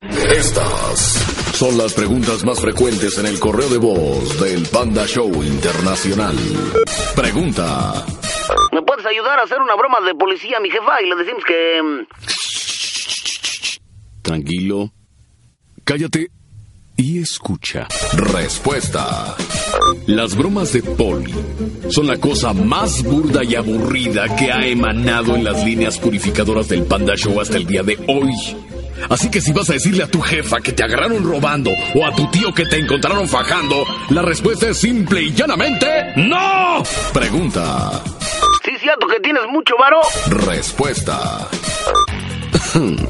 Estas son las preguntas más frecuentes en el correo de voz del Panda Show Internacional. Pregunta. ¿Me puedes ayudar a hacer una broma de policía a mi jefa y le decimos que... mm, Tranquilo. Cállate y escucha. Respuesta. Las bromas de Poli son la cosa más burda y aburrida que ha emanado en las líneas purificadoras del Panda Show hasta el día de hoy. Así que si vas a decirle a tu jefa que te agarraron robando o a tu tío que te encontraron fajando, la respuesta es simple y llanamente ¡No! Pregunta. Sí, es cierto que tienes mucho varo. Respuesta.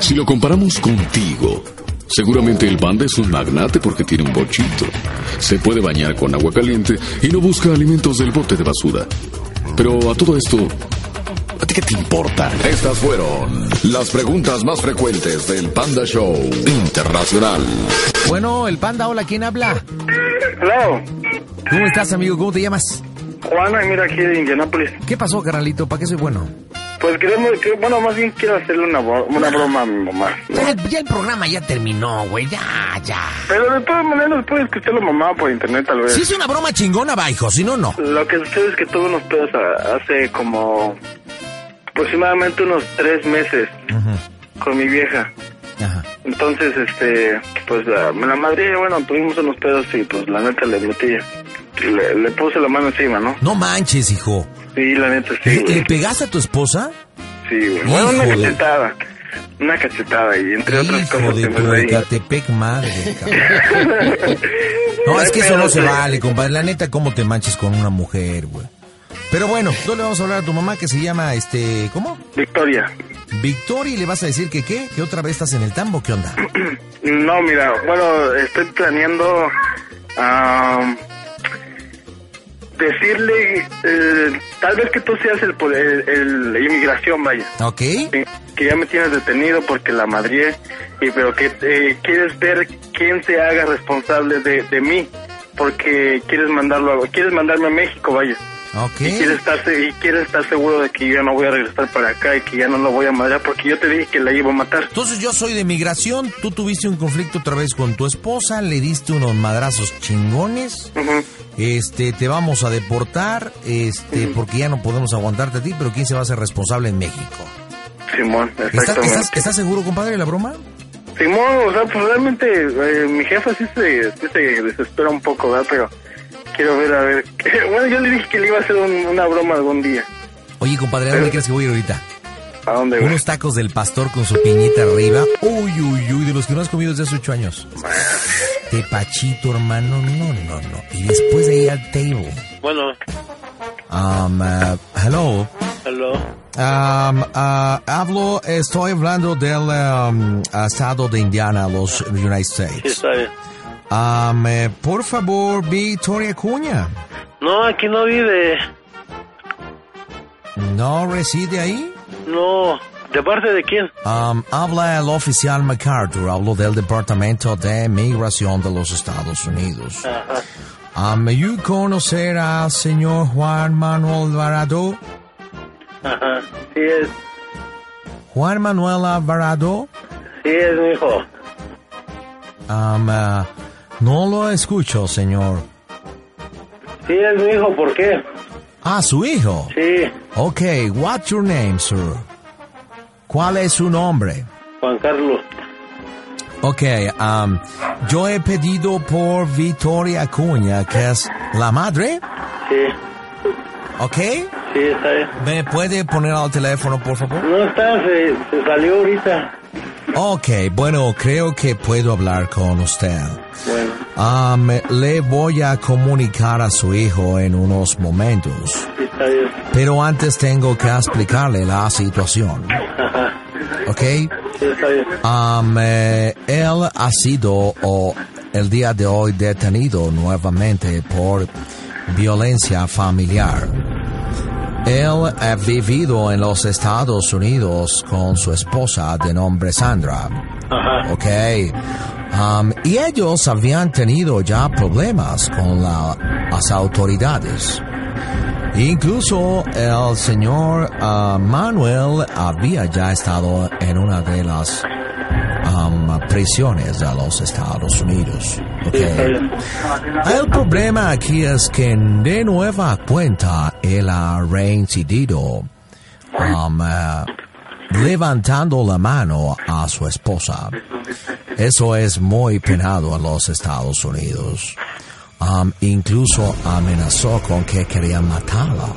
si lo comparamos contigo, seguramente el panda es un magnate porque tiene un bochito. Se puede bañar con agua caliente y no busca alimentos del bote de basura. Pero a todo esto, ¿a ti qué te importa? Estas fueron las preguntas más frecuentes del Panda Show Internacional. Bueno, el panda, hola, ¿quién habla? Hello, ¿Cómo estás, amigo? ¿Cómo te llamas? Juana, mira aquí de Indianápolis. ¿Qué pasó, carnalito? ¿Para qué soy bueno? Pues queremos, que, bueno, más bien quiero hacerle una, bo- una broma a mi mamá. Ya, ya el programa ya terminó, güey, ya, ya. Pero de todas maneras puede escucharlo mamá por internet tal vez. Si es una broma chingona, va, hijo, si no, no. Lo que sucede es que tuve unos pedos a- hace como aproximadamente unos tres meses con mi vieja. Ajá. Entonces, este, pues la, me la madre, bueno, tuvimos unos pedos y pues la neta le metí. y Le, le puse la mano encima, ¿no? No manches, hijo. Sí, la neta sí, ¿Le, güey. le pegaste a tu esposa? Sí, güey. Hijo Bueno, una de- cachetada. Una cachetada y entre otras Hijo cosas de que me tu reí. Ecatepec, madre. cabrón. No, es que eso no se Este, vale, compadre. La neta, ¿cómo te manches con una mujer, güey? Pero bueno, no le vamos a hablar a tu mamá que se llama, este, ¿cómo? Victoria. Victoria y le vas a decir que qué, que otra vez estás en el tambo, ¿qué onda? No, mira, bueno, estoy planeando am, decirle, eh, tal vez que tú seas el, pol- el, el- la inmigración, vaya, ¿Ok? que que ya me tienes detenido porque la madrié, y pero que eh, quieres ver quién se haga responsable de, de mí, porque quieres mandarlo, a- quieres mandarme a México, vaya. Y quieres ¿Ok? estar, se- y quieres estar seguro de que yo ya no voy a regresar para acá y que ya no lo voy a madrear porque yo te dije que la iba a matar. Entonces yo soy de migración, tú tuviste un conflicto otra vez con tu esposa, le diste unos madrazos chingones, Ujú. este, te vamos a deportar, este, porque ya no podemos aguantarte a ti, pero ¿quién se va a hacer responsable en México? Simón, ¿Estás, exactamente. estás- estás seguro, compadre, de la broma? Simón, o sea, pues realmente eh, mi jefa sí se, sí se desespera un poco, ¿verdad? Pero quiero ver, a ver. bueno, yo le dije que le iba a hacer un- una broma algún día. Oye, compadre, ¿a dónde crees que voy a ir ahorita? ¿A dónde, güey? Unos tacos del pastor con su piñita arriba. Uy, uy, uy, de los que no has comido desde hace ocho años. Tepachito, hermano, no, no, no. Y después de ir al table. Bueno, Um, uh, hello. hello. Um, ah, hablo, estoy hablando del um, estado de Indiana, los United Sí, States. está bien. Um, eh, por favor, Victoria Cuña. No, aquí no vive. ¿No reside ahí? No. ¿De parte de quién? Um, habla el oficial MacArthur, hablo del Departamento de Migración de los Estados Unidos. Ajá. Um, ¿You conocer al señor Juan Manuel Alvarado? Ajá. Sí es, Juan Manuel Alvarado, sí es mi hijo. um, ah, no lo escucho, señor. Sí es mi hijo, ¿por qué? Ah, su hijo. Sí, Ok, what's your name, sir? ¿Cuál es su nombre? Juan Carlos. Ok, um, yo he pedido por Victoria Acuña, que es la madre, Sí, ok? sí está bien. ¿Me puede poner al teléfono, por favor? No está, se, se salió ahorita. Ok, bueno, creo que puedo hablar con usted. Bueno, Um, le voy a comunicar a su hijo en unos momentos, sí está bien. pero antes tengo que explicarle la situación, Ajá. ¿ok? Sí, está bien. Am, eh, él ha sido o, el día de hoy detenido nuevamente por violencia familiar. Él ha vivido en los Estados Unidos con su esposa de nombre Sandra. Ajá. Ok. Am, y ellos habían tenido ya problemas con la- las autoridades. Incluso el señor ah, Manuel había ya estado en una de las am, prisiones de los Estados Unidos. Ok. Sí, está bien. El problema aquí es que de nueva cuenta él ha reincidido um, eh, levantando la mano a su esposa. Eso es muy penado en los Estados Unidos. Um, incluso amenazó con que quería matarla.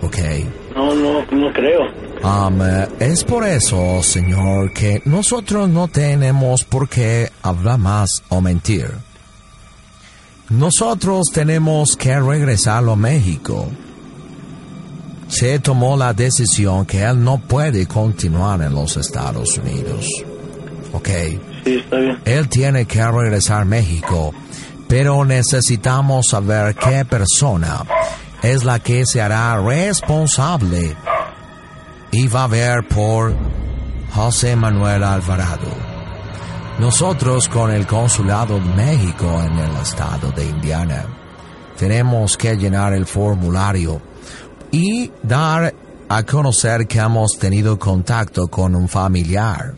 Okay. No, no, no creo. Am, eh, es por eso, señor, que nosotros no tenemos por qué hablar más o mentir. Nosotros tenemos que regresarlo a México. Se tomó la decisión que él no puede continuar en los Estados Unidos. ¿Ok? Sí, está bien. Él tiene que regresar a México, pero necesitamos saber qué persona es la que se hará responsable y va a ver por José Manuel Alvarado. Nosotros con el Consulado de México en el estado de Indiana tenemos que llenar el formulario y dar a conocer que hemos tenido contacto con un familiar.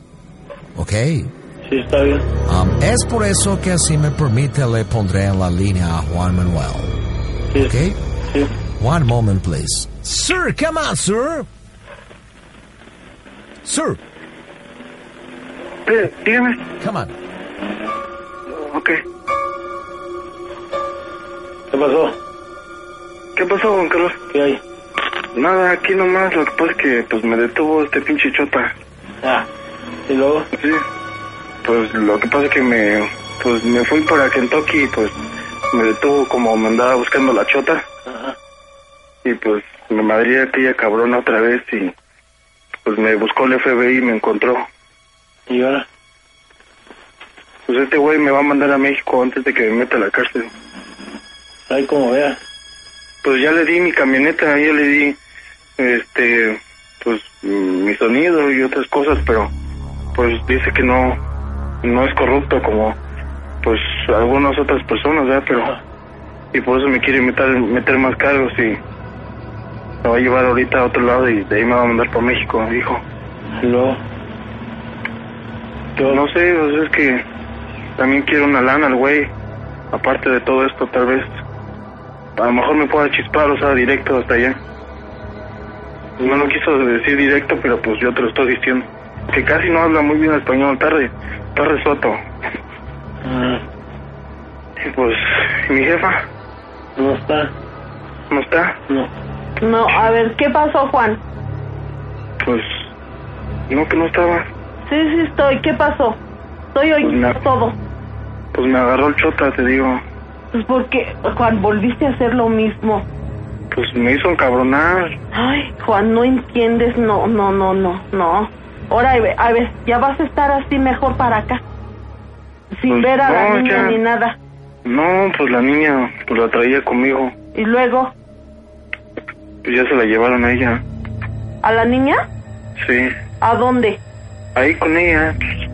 ¿Ok? Sí, está bien. Um, es por eso que si me permite le pondré en la línea a Juan Manuel. Sí, Okay? sí. One moment, please. Sir, come on, sir. Sir, Eh, Dígame. come on. Ok. ¿Qué pasó? ¿Qué pasó, Juan Carlos? ¿Qué hay? Nada, aquí nomás. Lo que pasa es que pues, me detuvo este pinche chota. Ah, y luego, Sí. Pues lo que pasa es que me, pues, me fui para Kentucky y pues me detuvo como me andaba buscando la chota. ajá, Y pues me madría aquella cabrona otra vez y pues me buscó el FBI y me encontró. y ahora, Pues este güey me va a mandar a México antes de que me meta a la cárcel. ahí como vea. Pues ya le di mi camioneta, ya le di, este, pues mm, mi sonido y otras cosas, pero pues dice que no, no es corrupto como pues algunas otras personas, ¿verdad? Pero, y por eso me quiere meter, meter más cargos y me va a llevar ahorita a otro lado y de ahí me va a mandar para México, dijo. Y luego, Yo no sé, pues es que también quiero una lana al güey. Aparte de todo esto, tal vez a lo mejor me pueda chispar, o sea, directo hasta allá. No lo quiso decir directo, pero pues yo te lo estoy diciendo. Que casi no habla muy bien español, tarde, tarde soto. ah, Y pues, mi jefa no está, no está, no. No, a ver, ¿qué pasó, Juan? pues, no que no estaba. Sí, sí estoy. ¿Qué pasó? Estoy oyendo No. todo. Pues me agarró el chota, te digo. Pues porque, Juan, volviste a hacer lo mismo. Pues me hizo encabronar. Ay, Juan, no entiendes. No, no, no, no, no. Ahora, a ver, a ver, ya vas a estar así mejor para acá. Sin Pues ver a la no, niña ya. ni nada. No, pues la niña, pues la traía conmigo. Y luego, Pues ya se la llevaron a ella. ¿a la niña? Sí, ¿A dónde? ahí con ella, pues,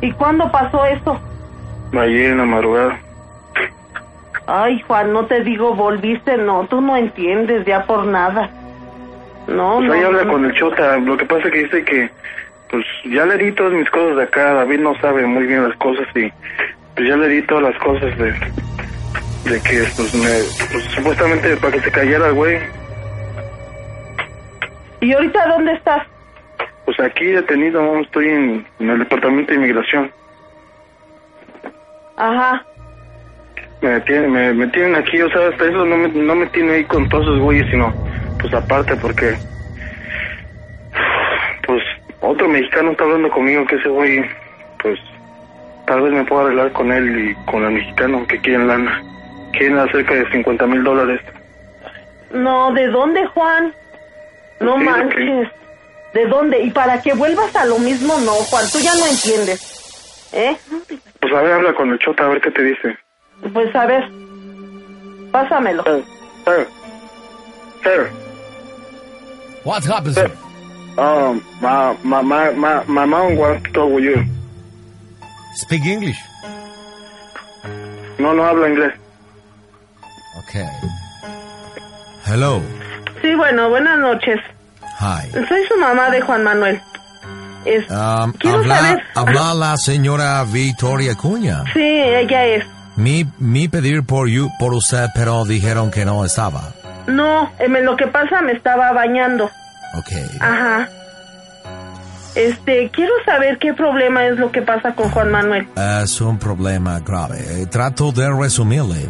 ¿Y cuándo pasó eso? ayer en la madrugada. Ay, Juan, no te digo volviste. No, tú no entiendes ya por nada. No, Pues no. ahí habla no. con el Chota, lo que pasa que dice que, pues ya le di todas mis cosas de acá, David no sabe muy bien las cosas y pues ya le di todas las cosas de, de que, pues, me, pues supuestamente para que se callara el güey, ¿Y ahorita dónde estás? pues aquí detenido, estoy en, en el departamento de inmigración. Ajá. Me, tiene- me, me tienen aquí, o sea, hasta eso no me, no me tiene ahí con todos esos güeyes, sino pues aparte porque pues otro mexicano está hablando conmigo que ese güey pues tal vez me pueda arreglar con él y con el mexicano que quieren lana. Quieren acerca de 50 mil dólares. No, ¿de dónde, Juan? No Sí, ¿de qué? manches. ¿De dónde? Y para que vuelvas a lo mismo, no, Juan, tú ya no entiendes. ¿Eh? Pues a ver, habla con el Chota, a ver qué te dice. Pues a ver, pásamelo. Sir, sir, sir, What happens? sir. Um, my, my, my, my, my mom wants to talk with you. Speak English. No, no habla inglés. Okay. Hello. Sí, bueno, buenas noches. Hi. Soy su mamá de Juan Manuel. Es- Um, quiero habla, saber- habla la señora Victoria Cuña. Sí, ella es. Mi, mi pedir por, you, por usted, pero dijeron que no estaba. No, em, lo que pasa me estaba bañando. Ok. Ajá. Este, quiero saber qué problema es lo que pasa con Juan Manuel. Es un problema grave. Eh, Trato de resumirle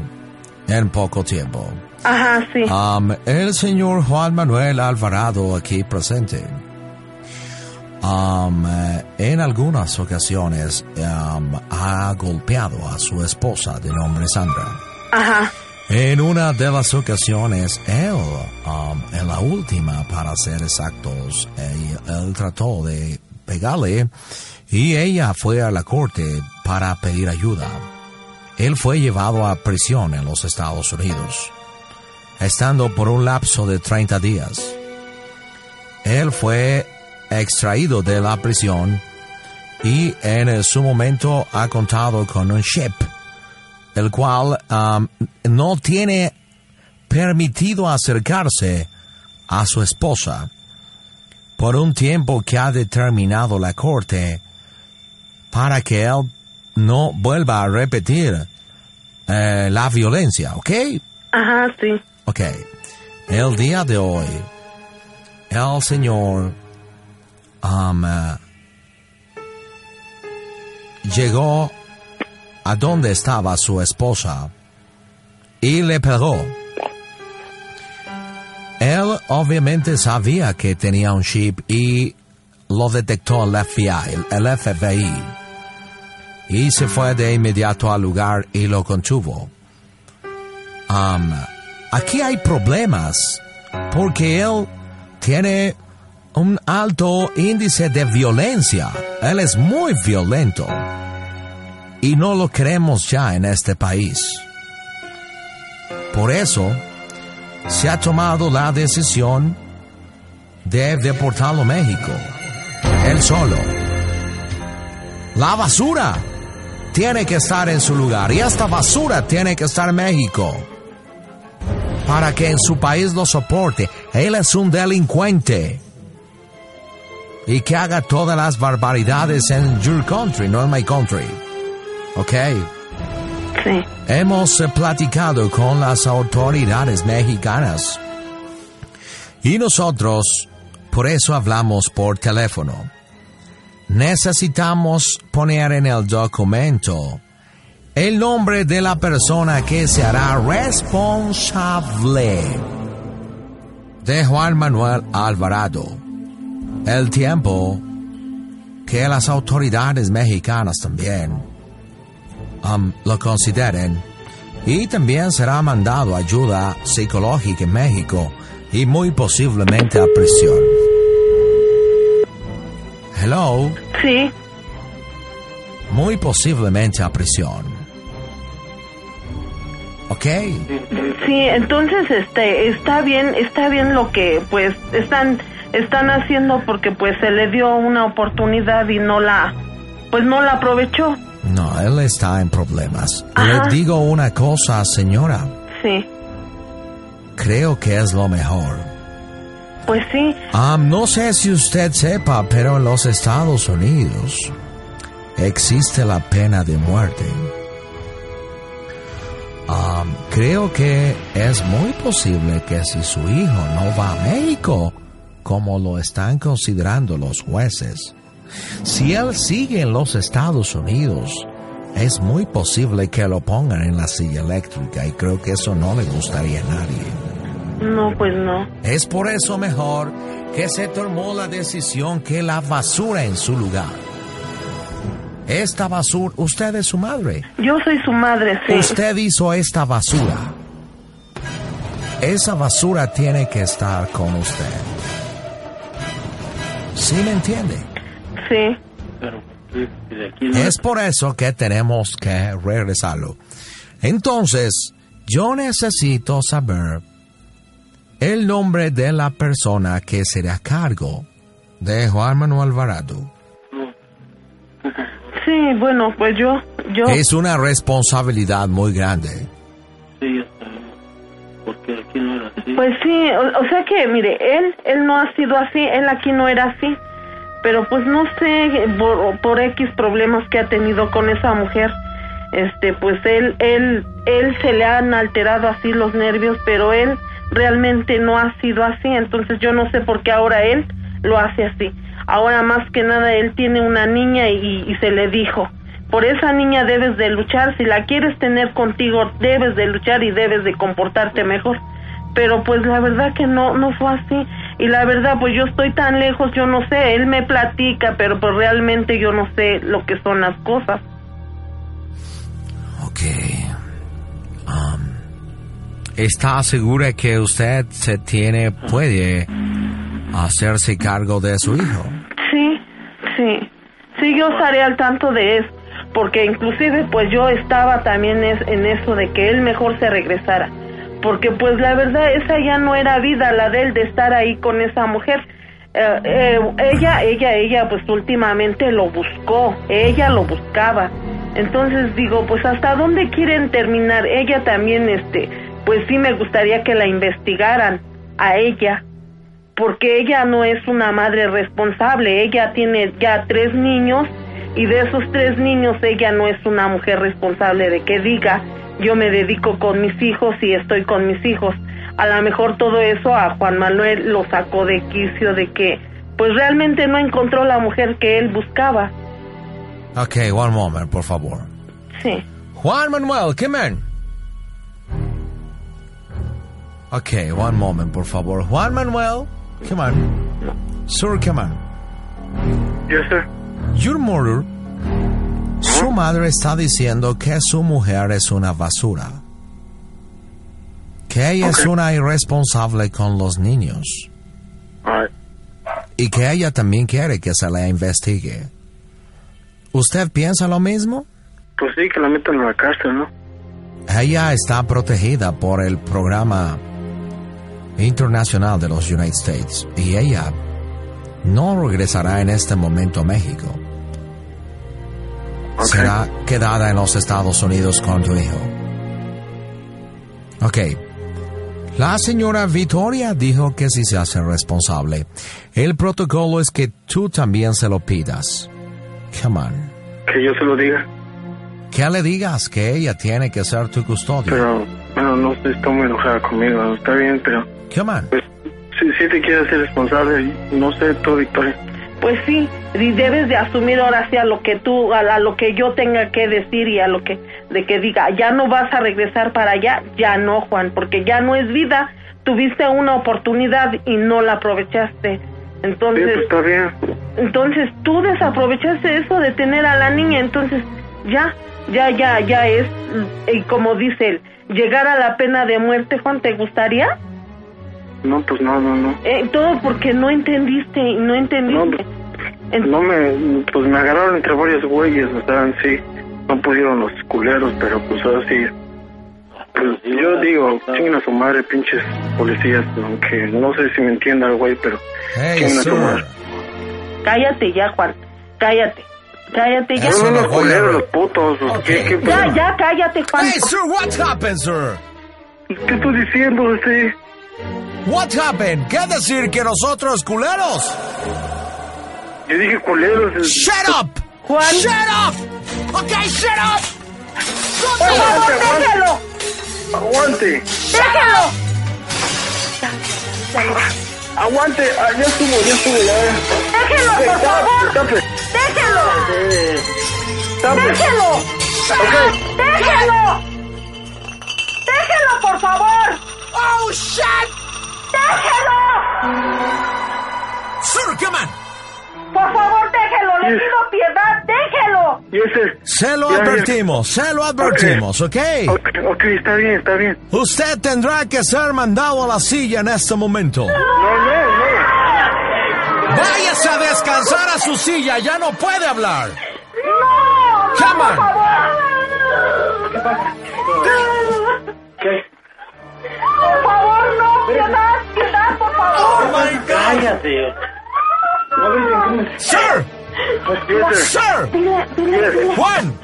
en poco tiempo. Ajá, sí. Am, el señor Juan Manuel Alvarado aquí presente. Am, eh, en algunas ocasiones am, ha golpeado a su esposa de nombre Sandra. Ajá. En una de las ocasiones, él, um, en la última para ser exactos, él, él trató de pegarle y ella fue a la corte para pedir ayuda. Él fue llevado a prisión en los Estados Unidos, estando por un lapso de 30 días. Él fue extraído de la prisión y en eh, su momento ha contado con un chip el cual am, no tiene permitido acercarse a su esposa por un tiempo que ha determinado la corte para que él no vuelva a repetir eh, la violencia, ¿ok? Ajá, sí. Ok. El día de hoy, el señor am, eh, llegó a donde estaba su esposa y le pegó. Él obviamente sabía que tenía un chip y lo detectó el FBI, el FBI. Y se fue de inmediato al lugar y lo contuvo. Um, Am, aquí hay problemas porque él tiene un alto índice de violencia. Él es muy violento y no lo queremos ya en este país. Por eso se ha tomado la decisión de deportarlo a México, él solo. La basura tiene que estar en su lugar y esta basura tiene que estar en México para que en su país lo soporte. Él es un delincuente. Y que haga todas las barbaridades en your country, no en my country. ¿Ok? Sí. Hemos eh, platicado con las autoridades mexicanas. Y nosotros, por eso hablamos por teléfono. Necesitamos poner en el documento el nombre de la persona que se hará responsable de Juan Manuel Alvarado. El tiempo que las autoridades mexicanas también um, lo consideren. Y también será mandado ayuda psicológica en México y muy posiblemente a prisión. Hello, Sí. muy posiblemente a prisión. Ok, Sí, entonces este está bien, está bien lo que pues están están haciendo porque pues se le dio una oportunidad y no la pues no la aprovechó. no, él está en problemas. Ajá. Le digo una cosa, señora. Sí. Creo que es lo mejor. Pues sí. Ah, no sé si usted sepa, pero en los Estados Unidos existe la pena de muerte. Ah, creo que es muy posible que si su hijo no va a México, como lo están considerando los jueces, si él sigue en los Estados Unidos, es muy posible que lo pongan en la silla eléctrica y creo que eso no le gustaría a nadie. No, pues no. Es por eso mejor que se tomó la decisión que la basura en su lugar. Esta basura, usted es su madre. Yo soy su madre, sí. Usted hizo esta basura. Esa basura tiene que estar con usted. ¿Sí me entiende? Sí. Pero sí, de aquí no. Es por eso que tenemos que regresarlo. Entonces, yo necesito saber el nombre de la persona que será a cargo de Juan Manuel Varado. Sí, bueno, pues yo, yo, Es una responsabilidad muy grande. Sí, yo también. Porque aquí no era así. pues sí, o, o sea que, mire, él, él no ha sido así, él aquí no era así, pero pues no sé, por, por X problemas que ha tenido con esa mujer, este, pues él, él, él se le han alterado así los nervios, pero él realmente no ha sido así, entonces yo no sé por qué ahora él lo hace así. Ahora más que nada él tiene una niña y, y se le dijo, por esa niña debes de luchar, si la quieres tener contigo debes de luchar y debes de comportarte mejor. Pero pues la verdad que no, no fue así. Y la verdad pues yo estoy tan lejos, yo no sé, él me platica, pero pues realmente yo no sé lo que son las cosas. Ok. Am, ¿Está segura que usted se tiene, puede hacerse cargo de su hijo? Sí, sí, sí, yo estaré al tanto de eso, porque inclusive pues yo estaba también es- en eso de que él mejor se regresara, porque pues la verdad esa ya no era vida la de él de estar ahí con esa mujer. Eh, eh, ella, ella, ella pues últimamente lo buscó, ella lo buscaba. Entonces digo, pues hasta dónde quieren terminar. Ella también, este, pues sí me gustaría que la investigaran a ella, porque ella no es una madre responsable, ella tiene ya tres niños y de esos tres niños ella no es una mujer responsable de que diga yo me dedico con mis hijos y estoy con mis hijos. A lo mejor todo eso a Juan Manuel lo sacó de quicio de que pues realmente no encontró la mujer que él buscaba. Ok, one moment, por favor. Sí. Juan Manuel, come in. Okay, one moment, por favor. Juan Manuel, come on. Sir, come on. Yes, sir. Your mother, su madre está diciendo que su mujer es una basura. Que ella es una irresponsable con los niños. All right. Y que ella también quiere que se la investigue. ¿Usted piensa lo mismo? Pues sí, que la metan a la cárcel, ¿no? Ella está protegida por el programa internacional de los United States y ella no regresará en este momento a México. Ok. Será quedada en los Estados Unidos con tu hijo. Ok. La señora Victoria dijo que si se hace responsable, el protocolo es que tú también se lo pidas. Come on. Que yo se lo diga. Que le digas que ella tiene que ser tu custodia. Pero, bueno, no sé, está muy enojada conmigo. Está bien, pero Come on. pues si, si te quieres ser responsable, no sé, tú, Victoria. Pues sí, y debes de asumir ahora sí a lo que tú, a, a lo que yo tenga que decir y a lo que, de que diga, ya no vas a regresar para allá, ya no, Juan, porque ya no es vida, tuviste una oportunidad y no la aprovechaste. Sí, Entonces, pues está bien. entonces tú desaprovechaste eso de tener a la niña, entonces ya, ya, ya, ya es, y como dice él, llegar a la pena de muerte, Juan, ¿te gustaría? No, pues no, no, no. Eh, todo porque no entendiste, y no entendiste. En- No me, pues me agarraron entre varios güeyes, o sea, en sí, no pudieron los culeros, pero pues ahora sí. Pues yo digo, chinguen a su madre, pinches policías, aunque no sé si me entienda el güey, pero Hey, chinguen a su sir. madre. Cállate ya, Juan. Cállate. Cállate ya. No, Eso no, no los voy a ver. culeros, los putos, los Ok. ¿qué, qué, Ya, ya, cállate, Juan. Hey, sir, what happened, sir? ¿Qué estoy diciendo, este? What happened? ¿Qué decir que nosotros culeros? Yo dije culeros. es- Shut up! Juan. Shut up! Okay, shut up! Por favor, Juan. déjalo. Aguante, Déjalo. aguante, ah, ya estuvo, ya estuvo, ya. Déjelo, por favor. Tape, Déjelo. tape, tape. Déjelo. Ok. Déjelo. Déjelo, por favor. Oh, shit. Déjelo. Sir, come on! Por favor, déjelo. Le Yes. pido piedad. Déjelo. Y ese. Se lo Ya, ya. advertimos, se lo advertimos, ¿ok? Ok, ok, está bien, está bien. Usted tendrá que ser mandado a la silla en este momento. No, no, no. Váyase a descansar a su silla, ya no puede hablar. ¡No! no Llaman. ¡Por favor! ¿Qué pasa? ¿Qué? ¡Por favor, no! ¡Piedad! ¡Piedad, por favor! Cállate. No dicen Sir, que me... sir, Dile, dile, dile. Juan,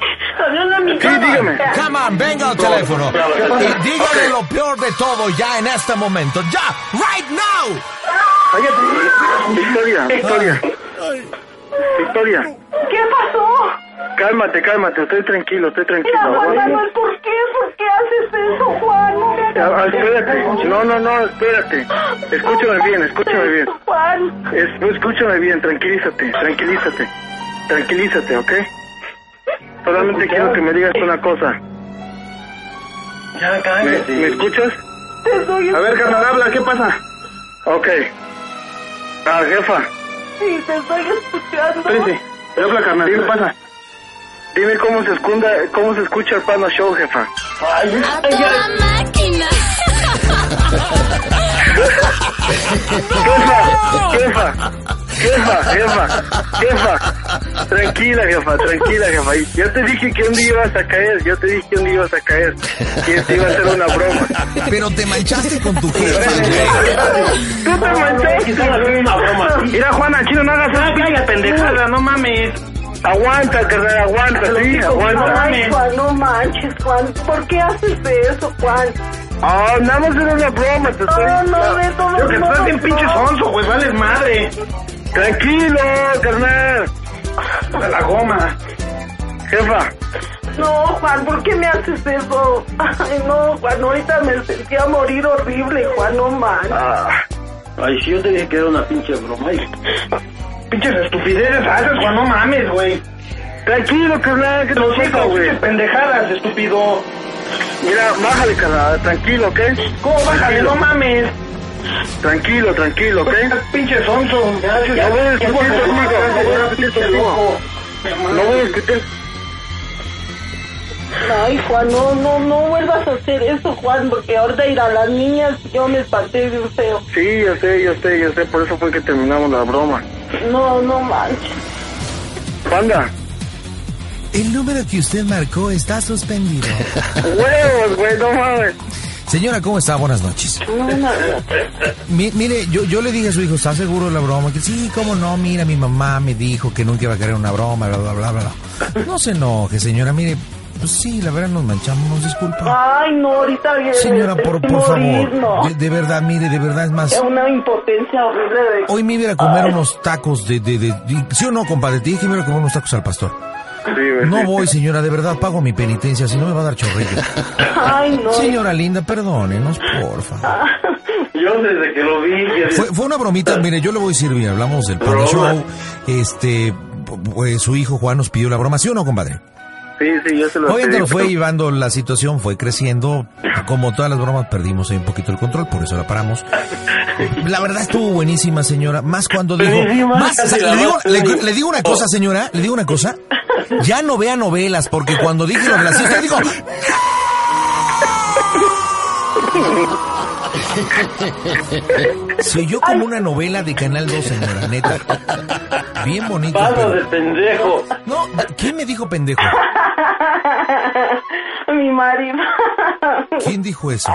Hablando a mi Sí, dígame. come on, venga al teléfono. Y dígale lo peor de todo ya en este momento, ya, right now. Cállate. Victoria, Victoria, Victoria. ¿Qué pasó? Cálmate, cálmate. Estoy tranquilo, estoy tranquilo. Mira, Juan Aguanta. Manuel, ¿por qué? ¿Por qué haces eso, Juan? No me hagas Ah, eso. Espérate, no, no, no, espérate. Escúchame bien, escúchame bien. Juan, Es- escúchame bien, tranquilízate, tranquilízate. Tranquilízate, ¿ok? Solamente quiero que me digas una cosa. Ya, ¿Me, cállate. me escuchas? te soy A ver, carnal, habla, ¿qué pasa? Ok. Ah, jefa, Sí, te estoy escuchando. espérate. Habla, carnal, ¿qué pasa? Dime cómo se, escunda, cómo se escucha el Panda Show, jefa. A toda máquina. Jefa, jefa, jefa, jefa, jefa. Tranquila, jefa, tranquila, jefa. Y Yo te dije que un día ibas a caer, yo te dije que un día ibas a caer. Que te iba a hacer una broma. Pero te manchaste con tu jefa. Tú te manchaste. Mira, Juan, al chino no hagas esa pinche pendejada, no mames. Aguanta, carnal, aguanta, sí, aguanta. Ay, Juan, no manches, Juan. ¿Por qué haces eso, Juan? Ah, nada más era una broma, te estoy... No, no, de todos Yo que estás modos, bien pinche no. sonso, güey, vales madre. Tranquilo, carnal. A la goma. Jefa, No, Juan, ¿por qué me haces eso? Ay, no, Juan, ahorita me sentía morir horrible, Juan, no manches. Ah, Ay, si yo te dije que era una pinche broma. Ay, pinches estupideces haces, Juan, no mames, güey. Tranquilo, carnal, que te lo digo, güey. pendejadas, estúpido. Mira, bájale, carnal, tranquilo, ¿ok? ¿Cómo bájale? No mames. Tranquilo, tranquilo, ¿ok? Pinche sonso. No voy a discutir contigo, no voy a discutir contigo. No voy a discutir. Ay, Juan, no, no, no vuelvas a hacer eso, Juan, porque ahorita ir a las niñas, yo me espanté de un feo. Sí, yo sé, yo sé, yo sé, por eso fue que terminamos la broma. No, no manches. Panda, El número que usted marcó está suspendido. huevos, güey, no mames. Señora, ¿cómo está? Buenas noches. No, no, no. Mi- mire, yo, yo le dije a su hijo, ¿estás seguro de la broma? Que sí, cómo no, mira, mi mamá me dijo que nunca iba a querer una broma, bla, bla, bla, bla. No se enoje, señora, mire, pues sí, la verdad nos manchamos, nos disculpa. Ay, no, ahorita viene. Señora, por, por morir, favor, de, No. de verdad, mire, de verdad es más... Es una impotencia horrible de... Hoy me iba a ir a comer unos tacos de, de, de, de- ¿Sí o no, compadre? Te dije que me iba a comer unos tacos al pastor. Sí, güey. No voy, señora, de verdad, pago mi penitencia, si no me va a dar chorrillo. Ay, no. Señora linda, perdónenos, porfa. Yo desde que lo vi, que Fue, fue una bromita, mire, yo le voy a decir bien, hablamos del Panda Broma. Show, este, pues, su hijo Juan nos pidió la broma, ¿sí o no, compadre? Sí, sí, yo se lo pedí, Obviamente lo fue pero- llevando la situación, fue creciendo, como todas las bromas perdimos ahí un poquito el control, por eso la paramos. La verdad estuvo buenísima, señora, más cuando dijo, Buenísima, más, casi la le, digo, doy. le- le digo una cosa, señora, le digo una cosa, ya no vea novelas, porque cuando dije lo de la siesta, dijo, "No". Se oyó como una novela de Canal 2, señora, neta. Bien bonito. paso pero- de pendejo. No, ¿quién me dijo pendejo? Mi marido. ¿Quién dijo eso?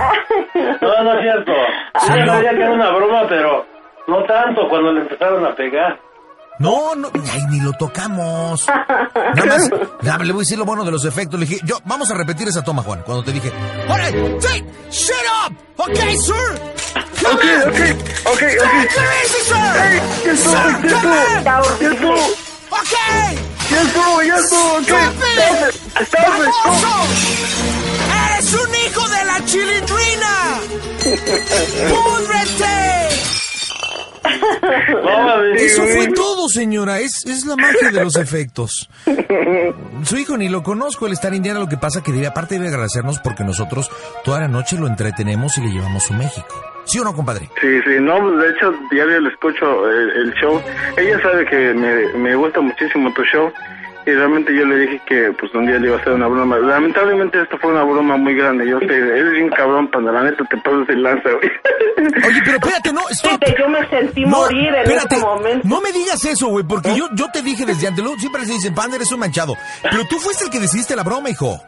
No, no es cierto. Sí, Yo no. sabía que era una broma, pero no tanto cuando le empezaron a pegar. No, no, ay, ni lo tocamos. Nada más, nada, le voy a decir lo bueno de los efectos. Le dije, yo, vamos a repetir esa toma, Juan, cuando te dije, ¡Alright, sí, shut up! ¿Ok, sir? Come Ok, on. ok, ok, Take ok. it easy, sir! estuvo, Sir, ya come on. estuvo, ya estuvo, ¡Ok! ya estuvo, ya estuvo, ok. Stop Stop it, stop it, stop. ¡Famoso! ¡Eres un hijo de la chilindrina! ¡Púdrete! No, mames. Eso fue todo, señora. Es, es la magia de los efectos. Su hijo ni lo conozco, él está en Indiana. Lo que pasa que debe, aparte debe agradecernos porque nosotros toda la noche lo entretenemos y le llevamos su México. ¿Sí o no, compadre? Sí, sí, no, de hecho, eh, diario le escucho el, el show. Ella sabe que me, me gusta muchísimo tu show. Y realmente yo le dije que pues un día le iba a hacer una broma. Lamentablemente esto fue una broma muy grande. Yo sé, eres bien cabrón, panda. La neta te pasas el lanza, güey. Oye, pero espérate, no, stop. yo me sentí morir en ese momento. ¿Eh? No me digas eso, güey, porque yo, yo te dije desde antes, luego siempre les dicen, panda, eres un manchado. Pero tú fuiste el que decidiste la broma, hijo.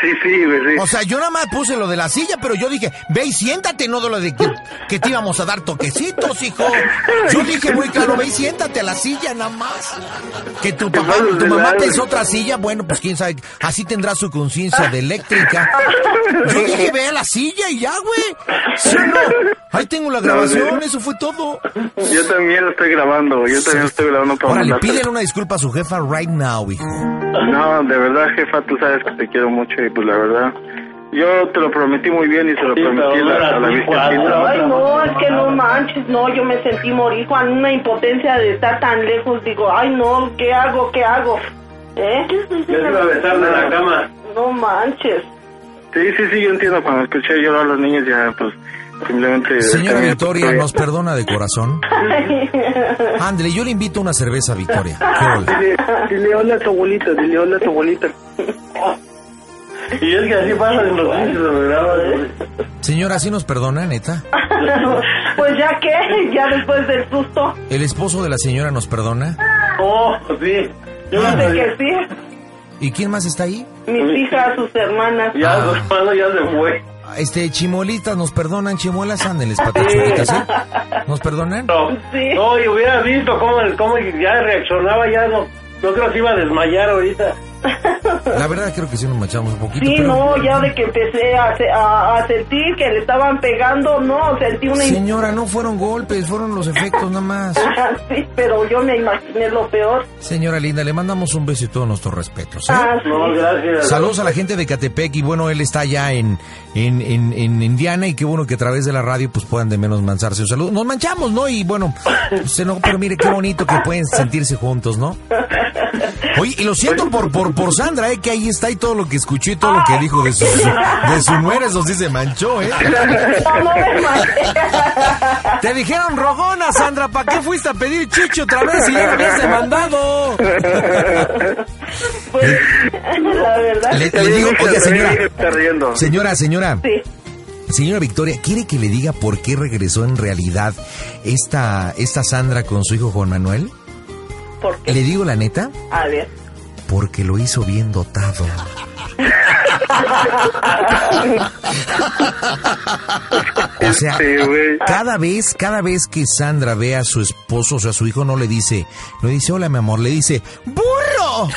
Sí, sí, güey, sí. Pues, O sea, yo nada más puse lo de la silla, pero yo dije, ve y siéntate, no de lo de que, que te íbamos a dar toquecitos, hijo. Yo dije muy claro, ve y siéntate a la silla nada más. Que tu papá, pasas tu de mamá lanza. te hizo otra silla, bueno, pues quién sabe, así tendrá su conciencia de eléctrica. Yo dije, ve a la silla y ya, güey. ¿Sí o no? Ahí tengo la No, grabación, sí. eso fue todo. Yo también lo estoy grabando, güey. Yo también lo estoy grabando para Ahora le mandarte. piden una disculpa a su jefa right now, hijo. No, de verdad, jefa, tú sabes que te quiero mucho y pues la verdad, yo te lo prometí muy bien y se lo prometí a la, a la virgencita. Ay, no, es que no manches, no, yo me sentí morir con una impotencia de estar tan lejos. Digo, ay, no, ¿qué hago? ¿Qué hago? ¿Eh? No manches. Sí, sí, sí, yo entiendo. Cuando escuché llorar a los niños ya, pues, simplemente... Señora también- Victoria, ¿nos perdona de corazón? Ándale, yo le invito una cerveza, Victoria. ¿Qué ole? Dile, dile hola a tu abuelita, dile hola a tu abuelita. Y es que así pasa en los niños, ¿verdad? Señora, ¿sí nos perdona, neta? pues ya que, ya después del susto, ¿El esposo de la señora nos perdona? Oh, sí. dice que sí. ¿Y quién más está ahí? Mis hijas, sus hermanas. Ya, Ah. los palos ya se fue. Este, chimolitas, ¿nos perdonan? Chimuelas, ándeles, patachulitas, ¿sí? ¿Nos perdonan? Sí. No, y hubiera visto cómo, cómo ya reaccionaba, ya no. Yo creo que se iba a desmayar ahorita. La verdad creo que sí nos machamos un poquito, Sí, pero... no, ya de que empecé a, se- a- a sentir que le estaban pegando, no, sentí una... Señora, no fueron golpes, fueron los efectos nada más. sí, pero yo me imaginé lo peor. Señora linda, le mandamos un beso y todos nuestros respetos. ¿eh? Ah, sí. Saludos a la gente de Catepec y bueno, él está allá en, en, en- en Indiana y qué bueno que a través de la radio pues puedan de menos mancharse. Saludos, nos manchamos, ¿no? Y bueno, se enojó, pero mire qué bonito que pueden sentirse juntos, ¿no? Oye, y lo siento por, por, por Sandra, ¿eh? Que ahí está y todo lo que escuchó y todo lo que dijo de su, de su nuera, eso sí se manchó, ¿eh? Te dijeron rogona, Sandra, ¿para qué fuiste a pedir chicho otra vez si ya lo habías demandado? pues, La verdad. Le- le digo, oiga, señora. Está riendo. Señora, señora. Sí. Señora Victoria, ¿quiere que le diga por qué regresó en realidad esta, esta Sandra con su hijo Juan Manuel? ¿Por ¿Le digo la neta? A ver. Porque lo hizo bien dotado. O sea, ah, cada vez, cada vez que Sandra ve a su esposo, o sea, a su hijo, no le dice, no le dice, hola mi amor, le dice, ¡burro!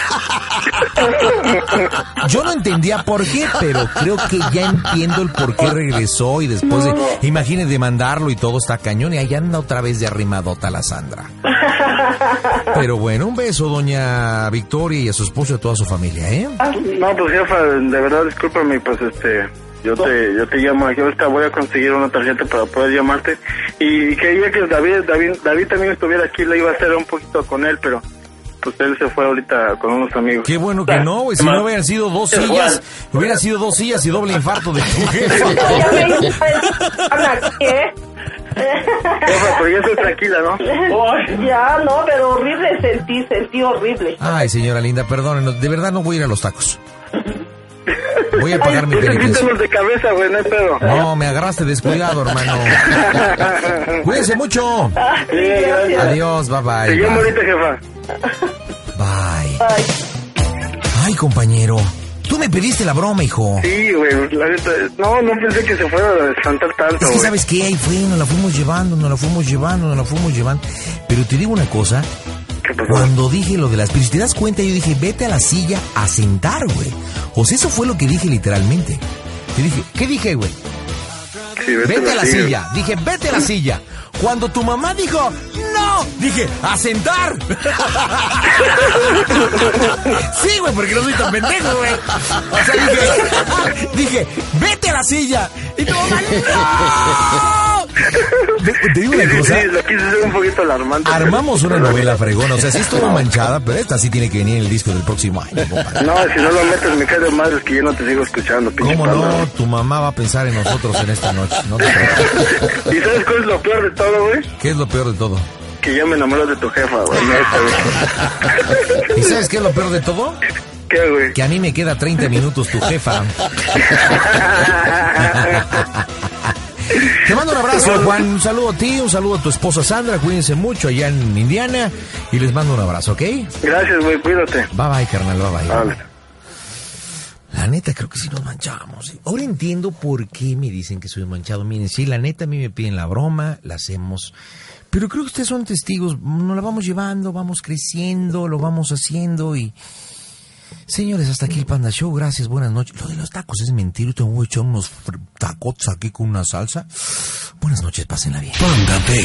Yo no entendía por qué, pero creo que ya entiendo el por qué regresó y después de, imagínate demandarlo y todo está cañón y ahí anda otra vez de arrimadota la Sandra. Pero bueno, un beso, doña Victoria y a su esposo y a toda su familia, ¿eh? No, pues jefa, de verdad, discúlpame, pues este, yo te, yo te llamo, yo ahorita voy a conseguir una tarjeta para poder llamarte y quería que David, David, David también estuviera aquí, le iba a hacer un poquito con él, pero pues él se fue ahorita con unos amigos. Qué bueno que no, güey. Si no hubieran sido dos Juan. sillas, hubieran sido dos sillas y doble infarto de tu jefa. Ya me hizo el- ¿Ana qué? Jefa, pero ya estoy tranquila, ¿no? Ya, no, pero horrible sentí, sentí horrible. Ay, señora linda, perdónenos. De verdad no voy a ir a los tacos. Voy a pagar mi Tú te quitas penitencia. los de cabeza, güey, no hay pedo. No, me agarraste descuidado, hermano. Cuídense mucho. Sí, gracias. Adiós, bye Te bye. llamo Bye. ahorita, jefa. Ay, compañero. Tú me pediste la broma, hijo. Sí, güey, la neta, no, no pensé que se fuera a espantar tanto, Es que güey. sabes qué, ahí fue, nos la fuimos llevando, nos la fuimos llevando, nos la fuimos llevando. Pero te digo una cosa, cuando dije lo de las... Pero si te das cuenta, yo dije, vete a la silla a sentar, güey. O sea, eso fue lo que dije literalmente. Yo dije, ¿qué dije, güey? Sí, Vete, a la silla. Dije, vete a la silla. Cuando tu mamá dijo, no, dije, a sentar. sí, güey, porque no soy tan pendejo, güey. O sea, dije, dije, vete a la silla. Y tu mamá, no. Te- Te digo Sí, una sí, cosa. sí, lo quise hacer un poquito alarmante. Armamos una novela fregona, o sea, sí estuvo manchada, pero esta sí tiene que venir en el disco del próximo año, compadre. No, si no lo metes me cae de madres que yo no te sigo escuchando, pinche ¿Cómo panda. no? Tu mamá va a pensar en nosotros en esta noche, no te preocupes. ¿Y sabes cuál es lo peor de todo, güey? ¿Qué es lo peor de todo? que ya me enamoré de tu jefa, güey. neta, güey. ¿Y sabes qué es lo peor de todo? ¿Qué, güey? Que a mí me queda 30 minutos tu jefa. Te mando un abrazo, Juan. Un saludo a ti, un saludo a tu esposa Sandra. Cuídense mucho allá en Indiana. Y les mando un abrazo, ¿ok? Bye Gracias, güey, cuídate. bye, carnal, bye bye. Vale. La neta, creo que sí nos manchamos. ¿eh? Ahora entiendo por qué me dicen que soy manchado. Miren, sí, la neta, a mí me piden la broma, la hacemos. Pero creo que ustedes son testigos. Nos la vamos llevando, vamos creciendo, lo vamos haciendo y... Señores, hasta aquí el Panda Show. Gracias, buenas noches. Lo de los tacos es mentira. Te voy a echar unos fr- tacotes aquí con una salsa. Buenas noches, pásenla bien.